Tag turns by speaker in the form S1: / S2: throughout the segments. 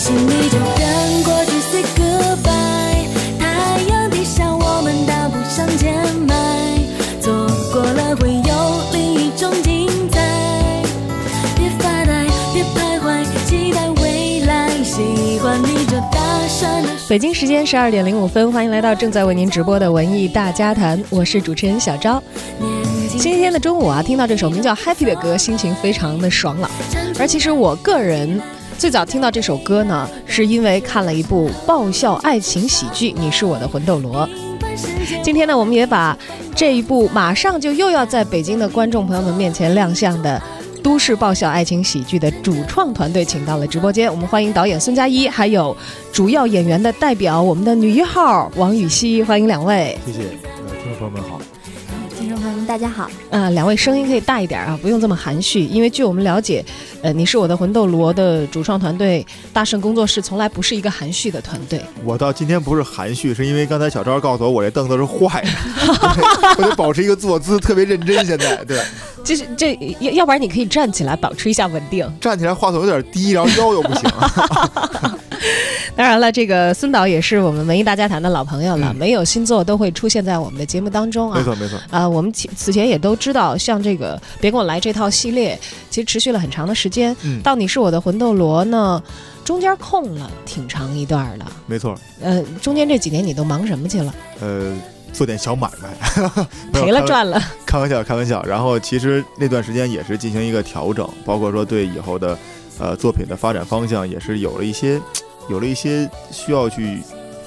S1: 心里就跟过去 say goodbye。太阳底下我们大步向前迈，错过了会有另一种精彩。别发呆，别徘徊，期待未来，喜欢你这大山的。
S2: 北京时间十二点零五分，欢迎来到正在为您直播的文艺大家谈，我是主持人小昭。星期天的中午啊，听到这首名叫《Happy》的歌，心情非常的爽朗。而其实我个人最早听到这首歌呢，是因为看了一部爆笑爱情喜剧《你是我的魂斗罗》。今天呢，我们也把这一部马上就又要在北京的观众朋友们面前亮相的都市爆笑爱情喜剧的主创团队请到了直播间，我们欢迎导演孙佳一，还有主要演员的代表我们的女一号王雨熙，欢迎两位。
S3: 谢谢，呃，听众朋友们好。
S4: 听众朋友们，大家好。
S2: 啊，两位声音可以大一点啊，不用这么含蓄。因为据我们了解，呃，你是我的魂斗罗的主创团队大圣工作室，从来不是一个含蓄的团队。
S3: 我到今天不是含蓄，是因为刚才小昭告诉我我这凳子是坏的， 我得保持一个坐姿，特别认真。现在对，
S2: 就是这，要要不然你可以站起来保持一下稳定。
S3: 站起来话筒有点低，然后腰又不行。
S2: 当然了，这个孙导也是我们文艺大家谈的老朋友了，没有新作都会出现在我们的节目当中啊。
S3: 没错没错，
S2: 啊、我们此此前也都知道，像这个“别跟我来”这套系列，其实持续了很长的时间。
S3: 嗯
S2: 到你是我的魂斗罗呢，中间空了挺长一段的。
S3: 没错，
S2: 呃，中间这几年你都忙什么去了？
S3: 呃，做点小买卖， 没有
S2: 赔了，赚了。
S3: 开玩开玩笑开玩笑。然后其实那段时间也是进行一个调整，包括说对以后的呃作品的发展方向也是有了一些有了一些需要去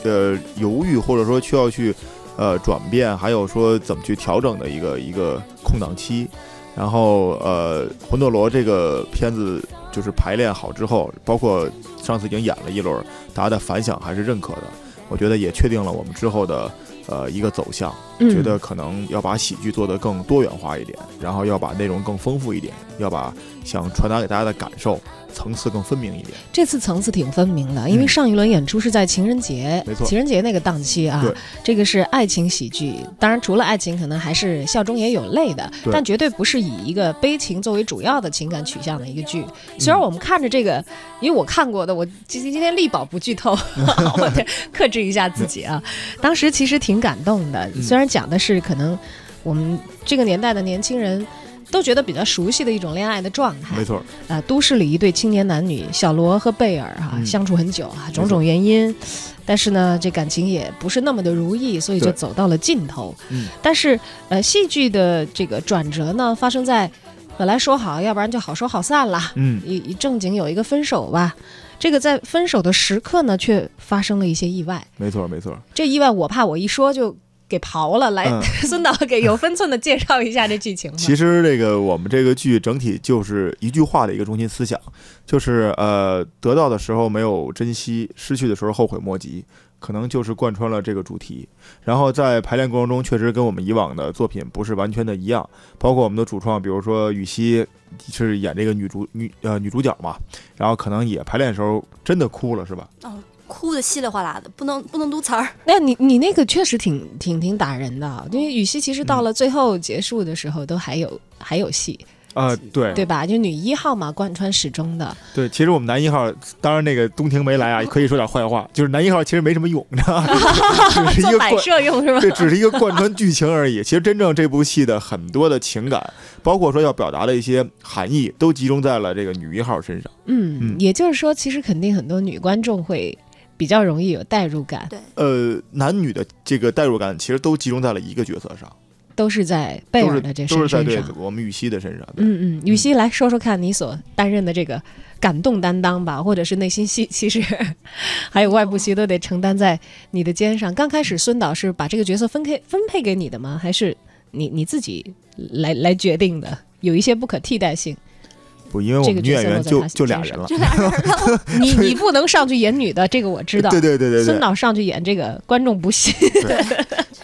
S3: 呃犹豫，或者说需要去呃转变，还有说怎么去调整的一个一个空档期。然后呃，《魂斗罗》这个片子就是排练好之后，包括上次已经演了一轮，大家的反响还是认可的。我觉得也确定了我们之后的呃一个走向。
S2: 嗯
S3: 觉得可能要把喜剧做得更多元化一点，然后要把内容更丰富一点，要把想传达给大家的感受层次更分明一点。
S2: 这次层次挺分明的，因为
S3: 嗯
S2: 上一轮演出是在情人节，
S3: 没错
S2: 情人节那个档期啊
S3: 对，
S2: 这个是爱情喜剧，当然除了爱情，可能还是笑中也有泪的，
S3: 对
S2: 但绝对不是以一个悲情作为主要的情感取向的一个剧。
S3: 嗯
S2: 虽然我们看着这个，因为我看过的，我今今天力保不剧透， 我得克制一下自己啊。当时其实挺感动的，
S3: 嗯
S2: 虽然讲的是可能我们这个年代的年轻人。都觉得比较熟悉的一种恋爱的状态，
S3: 没错，
S2: 呃，都市里一对青年男女小罗和贝尔哈、
S3: 嗯
S2: 相处很久啊，种
S3: 错
S2: 种原因，但是呢，这感情也不是那么的如意，所以就
S3: 对
S2: 走到了尽头。
S3: 嗯，
S2: 但是呃，戏剧的这个转折呢，发生在本来说好，要不然就好说好散了，
S3: 嗯，
S2: 一一正经有一个分手吧。这个在分手的时刻呢，却发生了一些意外。
S3: 没错，没错。
S2: 这意外我怕我一说就给刨了。来，
S3: 嗯
S2: 孙导给有分寸的介绍一下这剧情吧。
S3: 其实这个我们这个剧整体就是一句话的一个中心思想，就是呃，得到的时候没有珍惜，失去的时候后悔莫及，可能就是贯穿了这个主题。然后在排练过程中，确实跟我们以往的作品不是完全的一样，包括我们的主创，比如说雨熙是演这个女主女呃女主角嘛，然后可能也排练的时候真的哭了，是吧？
S4: 哭的稀里哗啦的，不能不能读词儿。
S2: 那你你那个确实挺挺挺打人的，因为
S3: 嗯
S2: 羽西其实到了最后结束的时候都还有、还有戏，
S3: 啊，对
S2: 对吧？就女一号嘛，贯穿始终的。
S3: 对，其实我们男一号，当然那个东婷没来啊，可以说点坏话，就是男一号其实没什么用，你知道吗？只是一个贯
S2: 设用 是吧
S3: 这只是一个贯穿剧情而已。其实真正这部戏的很多的情感，包括说要表达的一些含义，都集中在了这个女一号身上。
S2: 嗯，
S3: 嗯
S2: 也就是说，其实肯定很多女观众会比较容易有代入感，
S3: 呃，男女的这个代入感其实都集中在了一个角色上，
S2: 都是在贝
S3: 都
S2: 尔
S3: 是
S2: 的这
S3: 都
S2: 身
S3: 是在
S2: 身
S3: 对
S2: 上。
S3: 我们羽西的身上。
S2: 嗯嗯，羽西来说说看你所担任的这个感动担当吧，或者是内心戏，其实还有外部戏都得承担在你的肩上。刚开始孙导是把这个角色分开分配给你的吗？还是你你自己来来决定的？有一些不可替代性，
S3: 不，因为我
S2: 这个
S3: 们女
S2: 角色落
S3: 演员
S2: 在
S3: 就
S2: 他
S3: 就
S2: 身
S3: 俩人
S2: 上
S3: 了，
S2: 你 你不能上去演女的，这个我知道。
S3: 对对对对对
S2: 孙。导上去演这个，观众不信。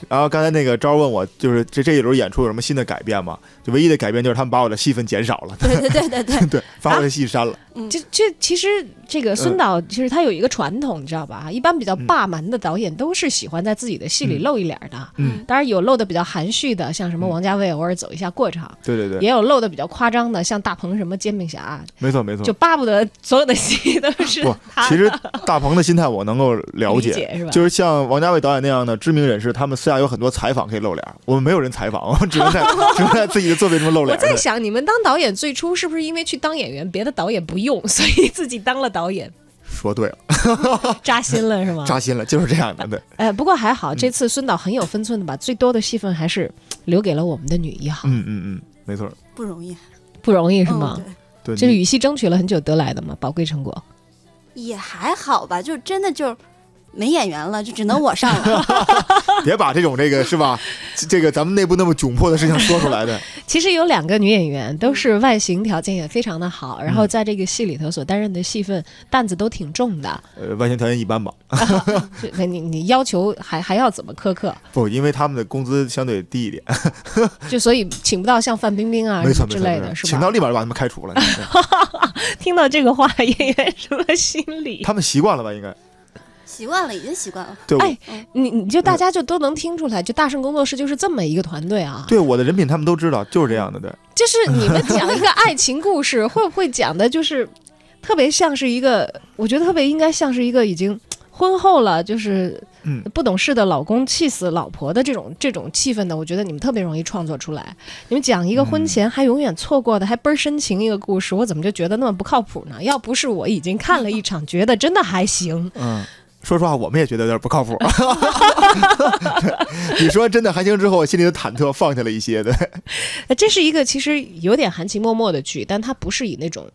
S3: 然后刚才那个招问我，就是这这一轮演出有什么新的改变吗？就唯一的改变就是他们把我的戏份减少了， 啊
S4: 对对对对对，
S3: 对，把我的戏删了。
S4: 嗯
S2: 这这其实这个
S3: 嗯
S2: 孙导，其实他有一个传统，你知道吧？一般比较霸蛮的导演都是喜欢在自己的戏里露一脸儿的。
S3: 嗯，
S2: 当然有露的比较含蓄的，像什么
S3: 嗯
S2: 王家卫偶尔走一下过场，
S3: 对对对，
S2: 也有露的比较夸张的，像大鹏什么煎饼侠，
S3: 没错没错
S2: 就。巴不得所有的戏都是
S3: 嗯不，
S2: 他
S3: 其实大鹏的心态我能够了
S2: 理
S3: 解，
S2: 解是吧？
S3: 就是像王家卫导演那样的知名人士，他们私下有很多采访可以露脸儿，我们没有人采访， 我们只 能在只能在自己的作品中露
S2: 我
S3: 脸儿。
S2: 在想，你们当导演最初是不是因为去当演员，别的导演不用，所以自己当了导演，
S3: 说对了，
S2: 扎心了是吗？
S3: 啊扎心了，嗯就是这样的，对，
S2: 哎，不过还好，这次孙导很有分寸的把最多的戏份还是留给了我们的女一号，
S3: 嗯嗯嗯，没错儿，
S4: 不容易，
S2: 不容易是
S4: 嗯
S2: 吗？
S4: 对
S3: 对，
S2: 这是
S3: 你
S2: 雨熙争取了很久得来的嘛，宝贵成果。
S4: 也还好吧，就真的就没演员了，就只能我上 了。
S3: 别把这种这个是吧， 这这个咱们内部那么窘迫的事情说出来的，
S2: 其实有两个女演员都是外形条件也非常的
S3: 嗯
S2: 好，然后在这个戏里头所担任的戏份担子都挺重的。
S3: 呃，外形条件一般吧，
S2: 就你你要求还还要怎么苛刻？
S3: 不，因为他们的工资相对低一点，
S2: 就所以请不到像范冰冰啊
S3: 没
S2: 什
S3: 错
S2: 么
S3: 没
S2: 哎之
S3: 错，
S2: 类
S3: 没错
S2: 的，是吧？
S3: 请到立马就把他们开除了，
S2: 听到这个话，演员什么心理？
S3: 他们习惯了吧？应该，
S4: 习惯了，已经习惯了。
S3: 对，我
S2: 哎你你就大家就都能听出来，就大圣工作室就是这么一个团队啊。
S3: 对我的人品他们都知道，就是这样的，对，
S2: 就是你们讲一个爱情故事，会不会讲的就是特别像是一个？我觉得特别应该像是一个已经婚后了，就是
S3: 嗯
S2: 不懂事的老公气死老婆的这种这种气氛呢？我觉得你们特别容易创作出来。你们讲一个婚前还永远错过的，还倍儿深情一个故事，我怎么就觉得那么不靠谱呢？要不是我已经看了一场，觉得真的还行，
S3: 嗯。说实话，我们也觉得有点不靠谱。 对你说真的，还行之后，我心里的忐忑放下了一些，对。
S2: 呃这是一个其实有点含情脉脉的剧，但它不是以那种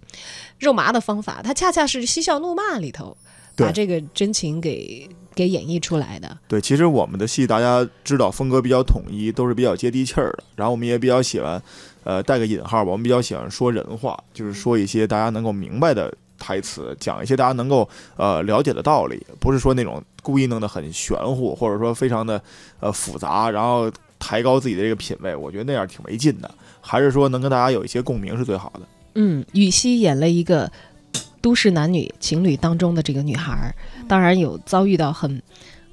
S2: 肉麻的方法，它恰恰是嬉笑怒骂里头
S3: 对
S2: 把这个真情给给演绎出来的。
S3: 对，其实我们的戏大家知道风格比较统一，都是比较接地气儿的。然后我们也比较喜欢，呃，带个引号吧，我们比较喜欢说人话，就是说一些大家能够明白的台词，讲一些大家能够呃了解的道理，不是说那种故意弄得很玄乎，或者说非常的呃复杂，然后抬高自己的这个品味，我觉得那样挺没劲的。还是说能跟大家有一些共鸣是最好的。
S2: 嗯，羽西演了一个都市男女情侣当中的这个女孩儿，当然有遭遇到很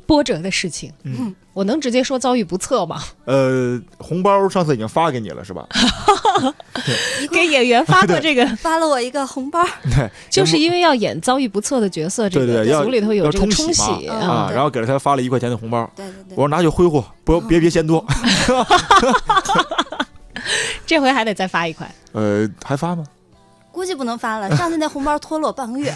S2: 波折的事情。
S3: 嗯，
S2: 我能直接说遭遇不测吗？
S3: 呃，红包上次已经发给你了是吧？
S2: 给演员发过这个，
S4: 发了我一个红包，
S3: 对，
S2: 就是因为要演遭遇不测的角色，这
S3: 对
S2: 个
S3: 对要
S2: 组里头有
S3: 要
S2: 这个
S3: 冲
S2: 冲
S3: 洗嘛
S2: 洗
S4: 嗯
S2: 啊
S3: 啊，然后给了他发了一块钱的红包。
S4: 对对对，
S3: 我说拿去挥霍，不别别嫌多。
S2: 这回还得再发一块。
S3: 呃，还发吗？
S4: 估计不能发了。上次那红包拖了我半个月，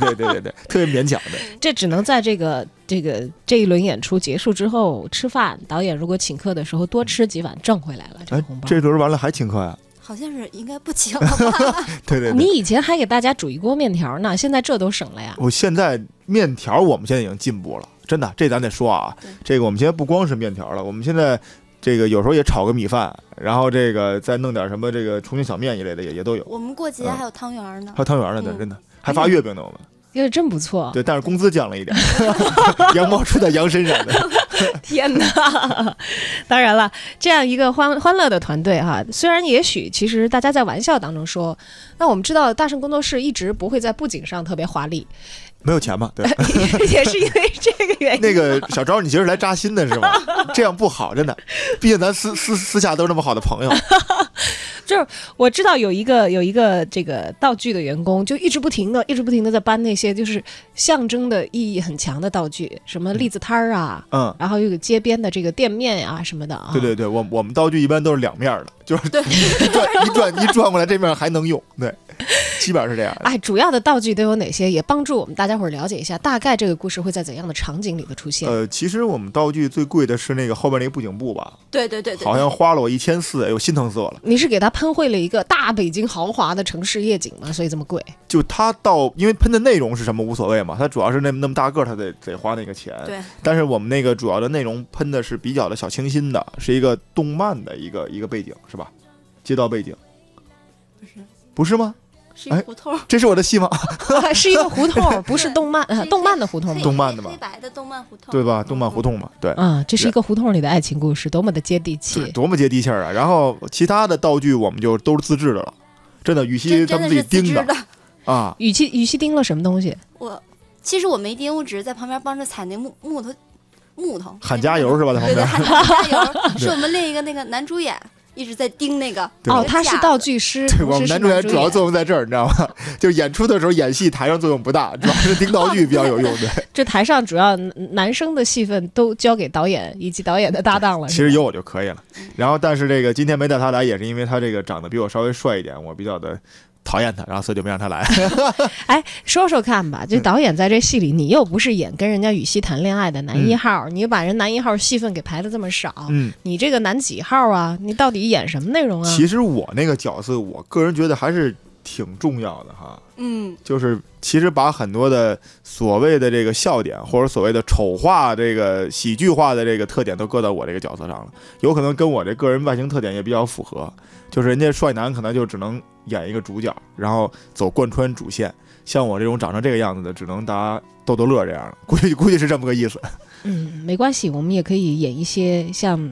S3: 对对对对对，特别勉强的。
S2: 这只能在这个这个这一轮演出结束之后吃饭。导演如果请客的时候多吃几碗，挣回来了这个
S3: 哎
S2: 红，包。
S3: 这轮完了还请客呀？
S4: 好像是应该不请了 吧？
S3: 对对
S2: 你
S3: 对，
S2: 以前还给大家煮一锅面条呢，现在这都省了呀。
S3: 我现在面条我们现在已经进步了，真的，这咱得说啊
S4: 对，
S3: 这个我们现在不光是面条了，我们现在。这个有时候也炒个米饭，然后这个再弄点什么这个重庆小面一类的也也都有，
S4: 我们过节
S3: 嗯
S4: 还有汤圆儿呢
S3: 还。有汤圆呢，对，
S4: 嗯
S3: 真的还发月饼呢，我们
S2: 因为真不错，
S3: 对，但是工资降了一点， 羊毛出在羊身上的，
S2: 天哪！ 当然了，这样一个欢欢乐的团队哈、虽然也许其实大家在玩笑当中说，那我们知道大圣工作室一直不会在布景上特别华丽，
S3: 没有钱嘛，对，
S2: 也 是因为这个原因。
S3: 那个小昭，你其实来扎心的是吗？这样不好，真的，毕竟咱私私私下都是那么好的朋友，
S2: 我知道有一个有一个这个道具的员工，就一直不停的、一直不停的在搬那些就是象征的意义很强的道具，什么栗子摊儿啊，
S3: 嗯，
S2: 然后又有街边的这个店面呀、什么的啊。
S3: 对对对，我我们道具一般都是两面儿的，就是一转一转一转过来，这面还能用，对，基本上是这样的。
S2: 哎，主要的道具都有哪些？也帮助我们大家伙儿了解一下，大概这个故事会在怎样的场景里头出现？
S3: 呃，其实我们道具最贵的是那个后边那个布景布吧，
S4: 对对对对，
S3: 好像花了我一千四，哎呦，心疼死我了。
S2: 你是给他喷绘了一个大北京豪华的城市夜景吗？所以这么贵？
S3: 就它到，因为喷的内容是什么无所谓嘛，它主要是那那么大个儿，它得得花那个钱。
S4: 对，
S3: 但是我们那个主要的内容喷的是比较的小清新的，是一个动漫的一个一个背景，是吧？街道背景
S4: 不是
S3: 不是吗？
S4: 是
S3: 哎
S4: 一胡同儿，
S3: 这是我的戏吗？
S2: 是一个胡同，不是动漫、呃动漫的胡同
S4: 黑
S2: 吗？
S3: 动漫的吧
S4: 黑白的动漫胡同，
S3: 对吧？动漫胡
S4: 同。
S3: 同嘛，
S4: 嗯
S3: 对。
S2: 啊，这是一个胡同里的爱情故事，多么的接地
S3: 对，
S2: 气！
S3: 多么接地气儿啊！然后其他的道具我们就都是自制的了，真的，与其
S4: 真
S3: 咱
S4: 真
S3: 们
S4: 的
S3: 自己
S4: 是自
S3: 盯
S4: 制
S3: 着，
S4: 的，
S3: 啊，
S2: 雨期雨期盯了什么东西？
S4: 我其实我没盯，我只是在旁边帮着踩那木木头木头，
S3: 喊加油是吧？在旁
S4: 对对，
S3: 边，
S4: 喊喊加 油，是我们另一个那个男主演一直在盯那个。
S3: 对
S2: 哦，他是道具师，
S3: 对
S2: 同
S3: 我
S2: 时
S3: 们
S2: 是
S3: 男主演主要作用在这儿，你知道吗？ 就演出的时候演戏，台上作用不大，主要是盯道具比较有用。对，
S2: 这台上主要男生的戏份都交给导演以及导演的搭档了。
S3: 其
S2: 是吧
S3: 实有我就可以了。然后，但是这个今天没带他来，也是因为他这个长得比我稍微帅一点，我比较的讨厌他，然后所以就没让他来。
S2: 哎，说说看吧，
S3: 嗯
S2: 这导演在这戏里，你又不是演跟人家羽西谈恋爱的男一号，你把人男一号戏份给排的这么少，
S3: 嗯，
S2: 你这个男几号啊？你到底演什么内容啊？
S3: 其实我那个角色，我个人觉得还是挺重要的哈。
S4: 嗯，
S3: 就是其实把很多的所谓的这个笑点，或者所谓的丑化、这个喜剧化的这个特点，都搁到我这个角色上了。有可能跟我这个人外形特点也比较符合，就是人家帅男可能就只能演一个主角，然后走贯穿主线。像我这种长成这个样子的，只能答逗逗乐这样的，估计估计是这么个意思。
S2: 嗯，没关系，我们也可以演一些像，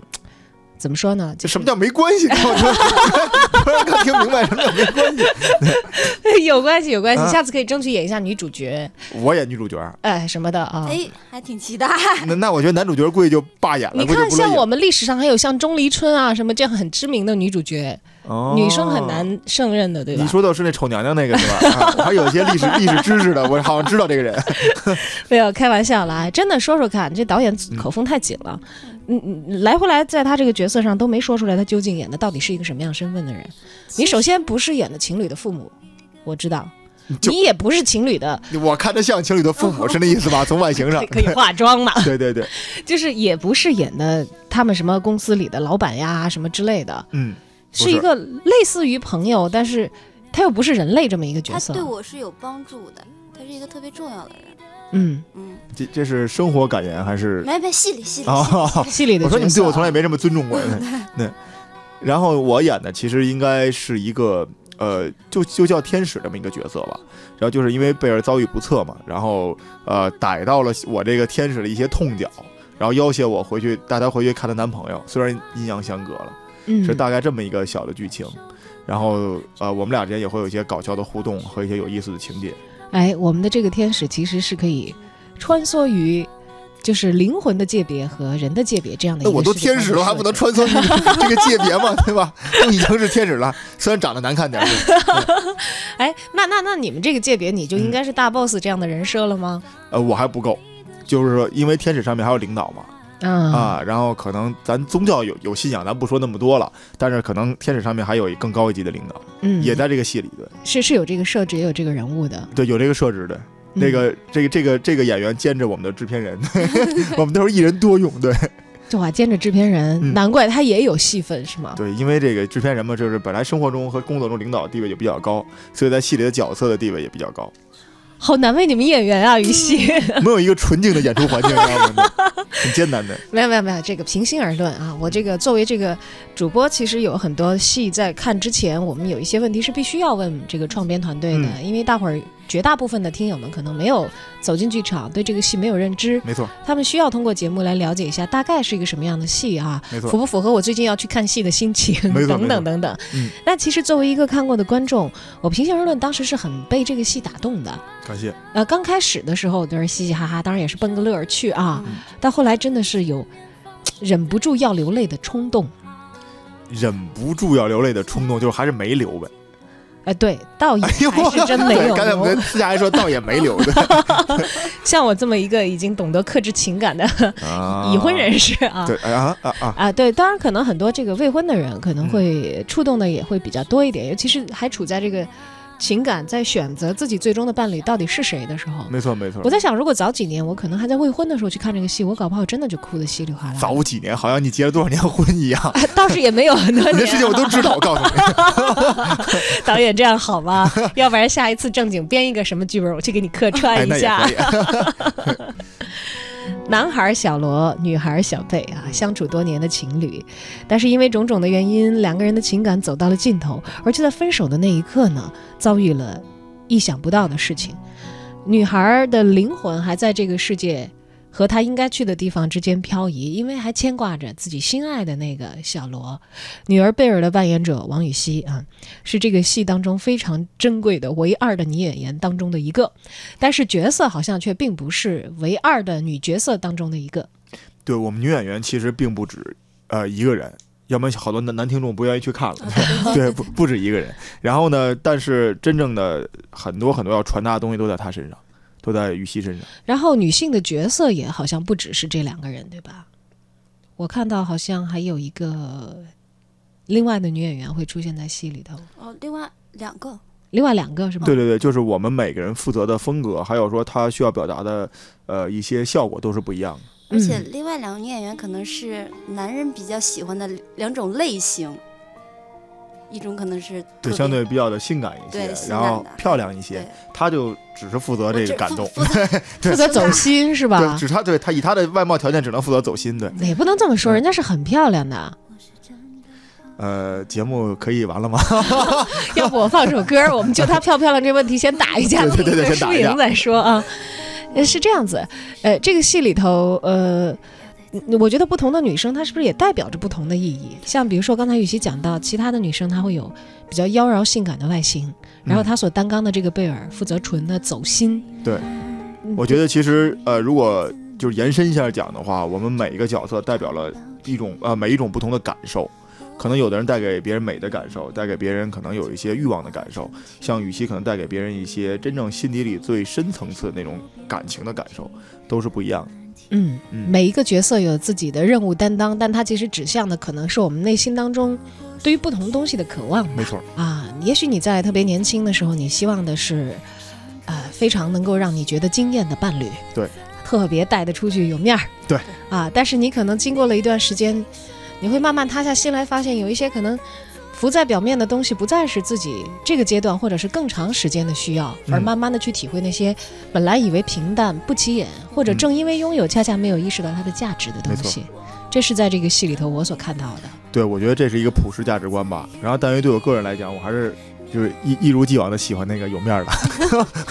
S2: 怎么说呢？
S3: 这
S2: 就是
S3: 什么叫没关系？你看我突然突然刚听明白什么叫 没关系。
S2: 有关系，有关系，
S3: 啊
S2: 下次可以争取演一下女主角，
S3: 我演女主角，
S2: 哎什么的啊。
S4: 哎，还挺期待。
S3: 那那我觉得男主角估计就罢演了，
S2: 你
S3: 估计
S2: 看，
S3: 不乐
S2: 像
S3: 意
S2: 我们历史上还有像钟离春啊什么这样很知名的女主角，
S3: 哦
S2: 女生很难胜任的，对吧
S3: 你？说的是那丑娘娘那个是吧？啊、我还有一些 历史历史知识的，我好像知道这个人。
S2: 没有开玩笑啦，哎真的说说看，这导演
S3: 嗯
S2: 口风太紧了，嗯，嗯来回来在他这个角色上都没说出来他究竟演的到底是一个什么样身份的人。你首先不是演的情侣的父母，我知道，
S3: 就
S2: 你也不是情侣的，
S3: 我看着像情侣的父 母 是那意啊思吧？从外形上，
S2: 可以化妆嘛，
S3: 对对对，
S2: 就是也不是演的他们什么公司里的老板呀什么之类的，
S3: 嗯，不
S2: 是一个类似于朋友，但是他又不是人类这么一个角
S4: 他
S2: 色
S4: 对。我是有帮助的，他是一个特别重要的人。
S2: 嗯，
S4: 嗯，
S3: 这这是生活感言还是？
S4: 没没戏里戏里，戏里
S3: 哦，
S2: 戏里的
S3: 我说你们
S2: 角色
S3: 对我从来没这么尊重过。 对，然后我演的其实应该是一个呃，就就叫天使这么一个角色吧。然后就是因为贝尔遭遇不测嘛，然后呃逮到了我这个天使的一些痛脚，然后要挟我回去带她回去看她男朋友，虽然阴阳相隔了。
S2: 嗯
S3: 是大概这么一个小的剧情。然后呃，我们俩之间也会有一些搞笑的互动和一些有意思的情节。
S2: 哎，我们的这个天使其实是可以穿梭于，就是灵魂的界别和人的界别这样的一
S3: 那
S2: 个。
S3: 我都天使了，还不能？穿梭这个界别吗？对吧？都已经是天使了，虽然长得难看点儿。对
S2: 哎，那那那你们这个界别，你就应该是大 boss 这样的人设了吗？
S3: 呃，我还不够，就是说，因为天使上面还有领导嘛，
S2: 嗯
S3: 啊，然后可能咱宗教有有信仰，咱不说那么多了，但是可能天使上面还有一更高一级的领导，
S2: 嗯，
S3: 也在这个戏里，对
S2: 是是有这个设置，也有这个人物的。
S3: 对，有这个设置的。
S2: 嗯
S3: 那个这个这个这个演员兼着我们的制片人， 我们都是一人多用，对。
S2: 这嗯哇，兼着制片人，
S3: 嗯
S2: 难怪他也有戏份是吗？
S3: 对，因为这个制片人嘛，就是本来生活中和工作中领导地位就比较高，所以在戏里的角色的地位也比较 高，
S2: 好难为你们演员啊，于西。
S3: 没有一个纯净的演出环境，你知道吗？ 很艰难的。
S2: 没有没有没有，这个平心而论啊，我这个作为这个主播，其实有很多戏在看之前，我们有一些问题是必须要问这个创编团队
S3: 嗯
S2: 的，因为大伙儿绝大部分的听友们可能没有走进剧场，对这个戏没有认知，
S3: 没错，
S2: 他们需要通过节目来了解一下大概是一个什么样的戏啊，
S3: 没
S2: 符
S3: 错，
S2: 不符合我最近要去看戏的心情
S3: 没错
S2: 等
S3: 没错
S2: 等等等
S3: 嗯。
S2: 那其实作为一个看过的观众，我平心而论，当时是很被这个戏打动的。
S3: 感谢。
S2: 呃，刚开始的时候就是嘻嘻哈哈，当然也是奔个乐儿去啊，
S4: 嗯
S2: 到后来真的是有忍不住要流泪的冲动。
S3: 忍不住要流泪的冲动，就是还是没流呗。
S2: 哎、对，倒也
S3: 哎呦，
S2: 还是真没
S3: 对
S2: 有
S3: 刚才我
S2: 流
S3: 们。私下还说，倒也没流 的。
S2: 像我这么一个已经懂得克制情感的
S3: 啊
S2: 已婚人士啊。
S3: 对啊啊啊！
S2: 啊，对，当然可能很多这个未婚的人可
S3: 嗯
S2: 能会触动的也会比较多一点，尤其是还处在这个情感在选择自己最终的伴侣到底是谁的时候。
S3: 没错没错
S2: 我。在想，如果早几年，我可能还在未婚的时候去看这个戏，我搞不好真的就哭得稀里哗啦。啊
S3: 早几年，好像你结了多少年婚一 样，
S2: 倒是也没有很 多
S3: 你
S2: 年
S3: 的事情我都知道。我告诉 你，
S2: 导演这样好吗？要不然下一次正经编一个什么剧本，我去给你 客
S3: 哎，
S2: 串
S3: 那
S2: 一
S3: 也
S2: 下。
S3: 可以。
S2: 男孩小罗，女孩小贝啊，相处多年的情侣，但是因为种种的原因，两个人的情感走到了尽头，而就在分手的那一刻呢，遭遇了意想不到的事情。女孩的灵魂还在这个世界。和他应该去的地方之间漂移，因为还牵挂着自己心爱的那个小罗。女儿贝尔的扮演者王羽熙啊，是这个戏当中非常珍贵的唯二的女演员当中的一个，但是角色好像却并不是唯二的女角色当中的一个。
S3: 对我们女演员其实并不止呃一个人，要不然好多男男听众不愿意去看了。
S4: 啊
S3: 对，不不止一个人。然后呢，但是真正的很多很多要传达的东西都在他身上，都在于西身上。
S2: 然后女性的角色也好像不只是这两个人，对吧？我看到好像还有一个另外的女演员会出现在戏里头，
S4: 哦，另外两个，
S2: 另外两
S4: 嗯
S2: 个是吗？
S3: 对对对，就是我们每个人负责的风格，还有说他需要表达的呃一些效果都是不一样的。
S2: 嗯
S4: 而且另外两个女演员可能是男人比较喜欢的两种类型，一种可能是特
S3: 对，
S4: 别
S3: 相对比较的性感一些
S4: 对，性
S3: 然
S4: 感
S3: 后
S4: 的
S3: 漂亮一些
S4: 对，
S3: 他就只是负责这
S4: 我只
S3: 个感动，
S4: 负负 责
S2: 负责走心是
S3: 对，
S2: 吧？
S3: 只他对他以他的外貌条件只能负责走心，对，
S2: 也不能这么说，人家是很漂亮的。
S3: 呃，节目可以完了吗？
S2: 要不我放首歌，我们就她漂不漂亮这问题先打一架，
S3: 对对对对先
S2: 输
S3: 打一架
S2: 赢再说啊。呃，是这样子，呃，这个戏里头，呃。嗯我觉得不同的女生，她是不是也代表着不同的意义？像比如说刚才雨琦讲到，其他的女生她会有比较妖娆性感的外形，然后她所担纲的这个贝尔负责纯的走心。
S3: 对
S2: 嗯，
S3: 我觉得其实呃，如果就是延伸一下讲的话，我们每一个角色代表了一种呃每一种不同的感受，可能有的人带给别人美的感受，带给别人可能有一些呃欲望的感受，像雨熙可能带给别人一些真正心底里最深层次的那种感情的感受，都是不一样的。
S2: 嗯，
S3: 嗯
S2: 每一个角色有自己的任务担当，但它其实指向的可能是我们内心嗯当中对于不同东西的渴望吧
S3: 没错，
S2: 啊。也许你在特别年轻的时候，你希望的是，呃，非常能够让你觉得惊艳的伴侣，
S3: 对，
S2: 特别带得出去有面儿，
S3: 对
S2: 啊。但是你可能经过了一段时间，你会慢慢塌下心来，发现有一些可能。浮在表面的东西不再是自己这个阶段或者是更长时间的需要，而
S3: 嗯
S2: 慢慢的去体会那些本来以为平淡不起眼，或者
S3: 嗯
S2: 正因为拥有，恰恰没有意识到它的价值的东
S3: 没错
S2: 西。这是在这个戏里头我所看到的。
S3: 对我觉得这是一个普世价值观吧。然后，但于对我个人来讲，我还是就是一一如既往的喜欢那个有面儿的。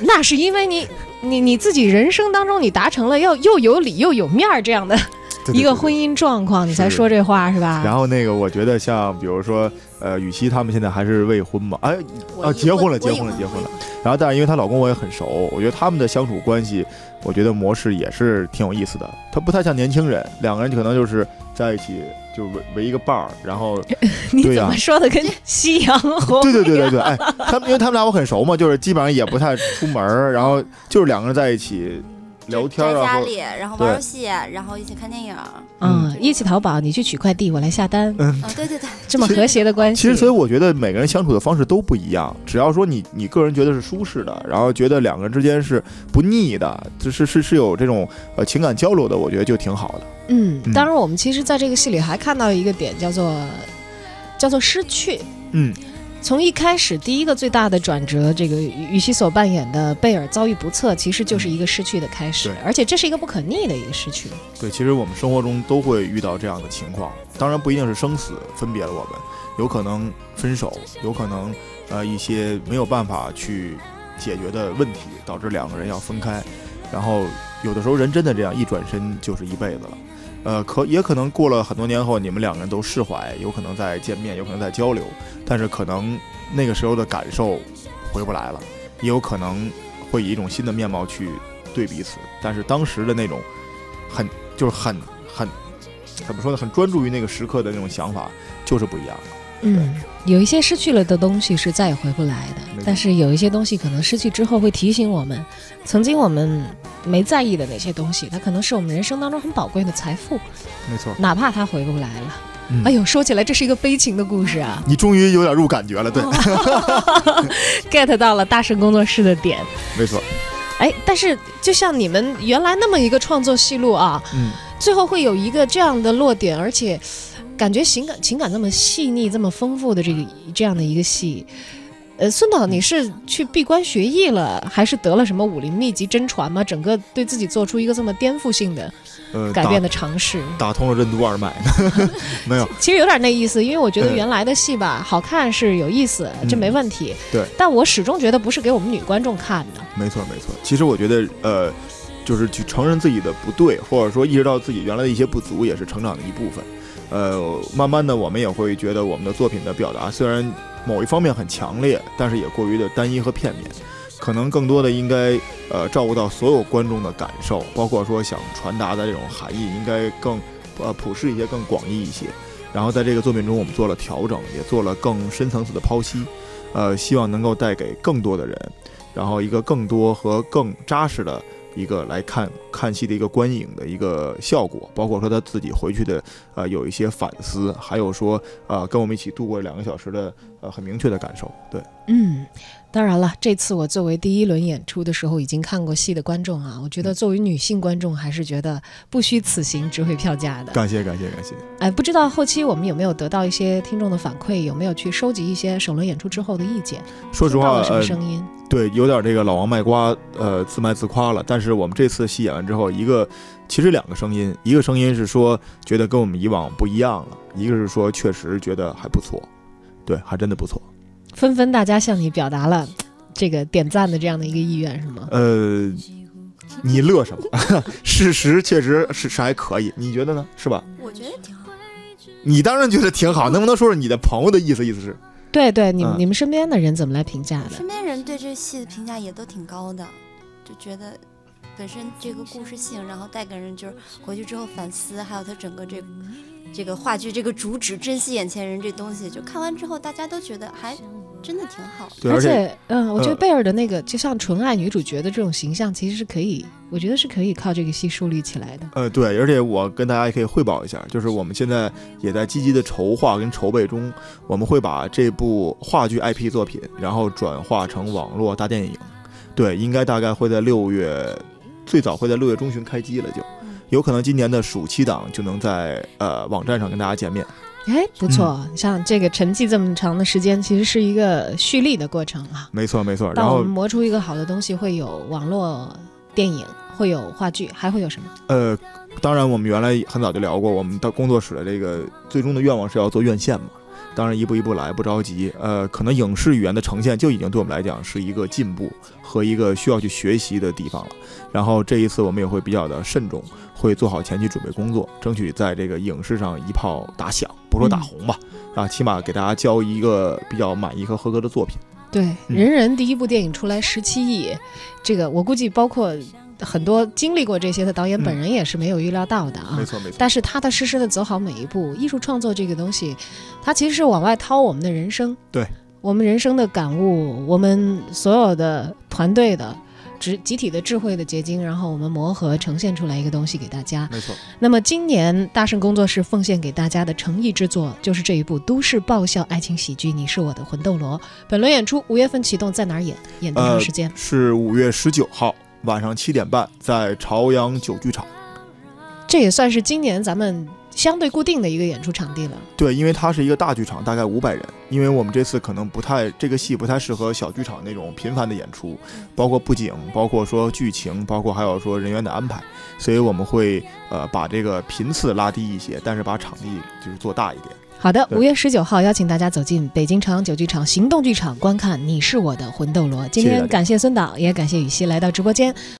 S2: 那是因为你，你你自己人生当中你达成了要又有理又有面儿这样的
S3: 对
S2: 一个。
S3: 对对
S2: 婚姻状况，你才
S3: 是
S2: 说这话是吧？
S3: 然后那个，我觉得像比如说，呃，雨熙他们现在还是未婚嘛，哎，
S4: 我
S3: 啊
S4: 已
S3: 结婚了
S4: 我已
S3: 结婚了
S4: 我已
S3: 结婚了然后但是因为她老公我也很熟，我觉得他们的相处关系，我觉得模式也是挺有意思的。他不太像年轻人，两个人可能就是在一起就为为一个伴儿，然后
S2: 你
S3: 对
S2: 怎
S3: 呀
S2: 么说的跟夕阳红？
S3: 对对对对对， 哎，他们因为他们俩我很熟嘛，就是基本上也不太出门儿，然后就是两个人在一起聊天
S4: 在
S3: 啊，
S4: 家
S3: 或
S4: 里，然后玩
S3: 对
S4: 游戏，然后一起看电影。啊，
S2: 嗯
S4: 嗯，
S2: 一起淘宝，你去取快递，我来下单，
S4: 哦对对对，
S2: 这么和谐的关系。
S3: 其实，所以我觉得每个人相处的方式都不一样。只要说你你个人觉得是舒适的，然后觉得两个人之间是不腻的，就是是是有这种呃情感交流的，我觉得就挺好的。
S2: 嗯，
S3: 嗯
S2: 当然，我们其实在这个戏里还看到一个点，叫做叫做失去。
S3: 嗯，
S2: 从一开始，第一个最大的转折，这个羽西所扮演的贝尔遭遇不测，其实就是一个失去的开始
S3: 嗯对，
S2: 而且这是一个不可逆的一个失去。
S3: 对，其实我们生活中都会遇到这样的情况，当然不一定是生死分别了我们，有可能分手，有可能呃一些没有办法去解决的问题，导致两个人要分开。然后有的时候人真的这样一转身就是一辈子了，呃，可也可能过了很多年后，你们两个人都释怀，有可能再见面，有可能再交流，但是可能那个时候的感受回不来了，也有可能会以一种新的面貌去对彼此，但是当时的那种很就是很很怎么说呢，很专注于那个时刻的那种想法就是不一样的。
S2: 嗯，有一些失去了的东西是再也回不来
S3: 没
S2: 的
S3: 错，
S2: 但是有一些东西可能失去之后会提醒我们，曾经我们没在意的那些东西，它可能是我们人生当中很宝贵的财富，
S3: 没错，
S2: 哪怕它回不来了。
S3: 嗯
S2: 哎呦，说起来这是一个悲情的故事啊。哎
S3: 你终于有点入感觉了，对，
S2: 哦 get 到了大圣工作室的点。
S3: 没错，
S2: 哎，但是就像你们原来那么一个创作戏路啊，
S3: 嗯，
S2: 最后会有一个这样的落点，而且感觉情感情感这么细腻、这么丰富的这个这样的一个戏。呃，孙导，你是去闭关学艺了，还是得了什么武林秘籍真传吗？整个对自己做出一个这么颠覆性的
S3: 呃，
S2: 改
S3: 打
S2: 变的尝试，
S3: 打通了任督二脉， 没有，
S2: 其实有点那意思，因为我觉得
S3: 对
S2: 原来的戏吧，好看是有意思，这
S3: 嗯
S2: 没问题。
S3: 对，
S2: 但我始终觉得不是给我们女观众看的。
S3: 没错，没错。其实我觉得，呃，就是去承认自己的不对，或者说意识到自己原来的一些不足，也是成长的一部分。呃，慢慢的，我们也会觉得我们的作品的表达虽然某一方面很强烈，但是也过于的单一和片面。可能更多的应该呃照顾到所有观众的感受，包括说想传达的这种含义，应该更呃普世一些，更广义一些。然后在这个作品中，我们做了调整，也做了更深层次的剖析，呃，希望能够带给更多的人，然后一个更多和更扎实的一个来看看戏的一个观影的一个效果，包括说他自己回去的呃有一些反思，还有说呃跟我们一起度过两个小时的呃很明确的感受，对。
S2: 嗯，当然了，这次我作为第一轮演出的时候已经看过戏的观众啊，我觉
S3: 嗯
S2: 得作为女性观众，还是觉得不虚此行，值回票价的。
S3: 感谢感谢感谢，
S2: 哎，不知道后期我们有没有得到一些听众的反馈，有没有去收集一些首轮演出之后的意见？
S3: 说实
S2: 听到
S3: 话
S2: 了什么
S3: 呃
S2: 声音？
S3: 对，有点这个老王卖瓜，呃，自卖自夸了。但是我们这次戏演完之后，一个其实两个声音，一个声音是说觉得跟我们以往不一样了，一个是说确实觉得还不错，对，还真的不错。
S2: 纷纷大家向你表达了这个点赞的这样的一个意愿，是吗？
S3: 呃，你乐什么？ 事实确实是是还可以，你觉得呢？是吧？
S4: 我觉得挺好。
S3: 你当然觉得挺好，能不能说说你的朋友的意思？意思是，
S2: 对对，你们、
S3: 嗯
S2: 你们身边的人怎么来评价的？
S4: 身边人对这戏的评价也都挺高的，就觉得本身这个故事性，然后带给人就是回去之后反思，还有它整个这这个话剧这个主旨，珍惜眼前人这东西，就看完之后大家都觉得还真的挺好。
S3: 对，
S2: 而
S3: 而且
S2: 嗯，我觉得
S3: 呃
S2: 贝尔的那个、就像纯爱女主角的这种形象，其实是可以，我觉得是可以靠这个戏树立起来的。
S3: 呃，对，而且我跟大家也可以汇报一下，就是我们现在也在积极的筹划跟筹备中，我们会把这部话剧 IP 作品，然后转化成网络大电影。对，应该大概会在六月，最早会在六月中旬开机了就，有可能今年的暑期档就能在呃网站上跟大家见面。
S2: 哎，不错，
S3: 嗯
S2: 像这个沉寂这么长的时间，其实是一个蓄力的过程啊。
S3: 没错，没错。然
S2: 当我
S3: 后
S2: 们磨出一个好的东西，会有网络电影，会有话剧，还会有什么？
S3: 呃，当然我们原来很早就聊过，我们的工作室的这个最终的愿望是要做院线嘛。当然一步一步来，不着急。呃，可能影视语言的呈现就已经对我们来讲是一个进步和一个需要去学习的地方了。然后这一次我们也会比较的慎重，会做好前期准备工作，争取在这个影视上一炮打响，不说打红吧，
S2: 嗯
S3: 啊，起码给大家交一个比较满意和合格的作品。
S2: 对，
S3: 嗯
S2: 人人第一部电影出来十七亿，这个我估计包括很多经历过这些的导演
S3: 嗯
S2: 本人也是没有预料到的啊。
S3: 没错，没错。
S2: 但是踏踏实实的走好每一步，艺术创作这个东西，它其实是往外掏我们的人生，
S3: 对
S2: 我们人生的感悟，我们所有的团队的。集集体的智慧的结晶，然后我们磨合呈现出来一个东西给大家。
S3: 没错，
S2: 那么今年大圣工作室奉献给大家的诚意之作，就是这一部都市爆笑爱情喜剧《你是我的魂斗罗》。本轮演出五月份启动，在哪儿演？演多长
S3: 呃
S2: 时间？
S3: 是五月十九号晚上七点半，在朝阳酒剧场。
S2: 这也算是今年咱们相对固定的一个演出场地了。
S3: 对，因为它是一个大剧场，大概五百人。因为我们这次可能不太这个戏不太适合小剧场那种频繁的演出，包括布景，包括说剧情，包括还有说人员的安排，所以我们会呃把这个频次拉低一些，但是把场地就是做大一点。
S2: 好的，
S3: 对
S2: 五月十九号邀请大家走进北京朝阳酒剧场行动剧场观看《你是我的魂斗罗》。今
S3: 谢谢大
S2: 天
S3: 家
S2: 感谢孙导，也感谢雨熙来到直播间。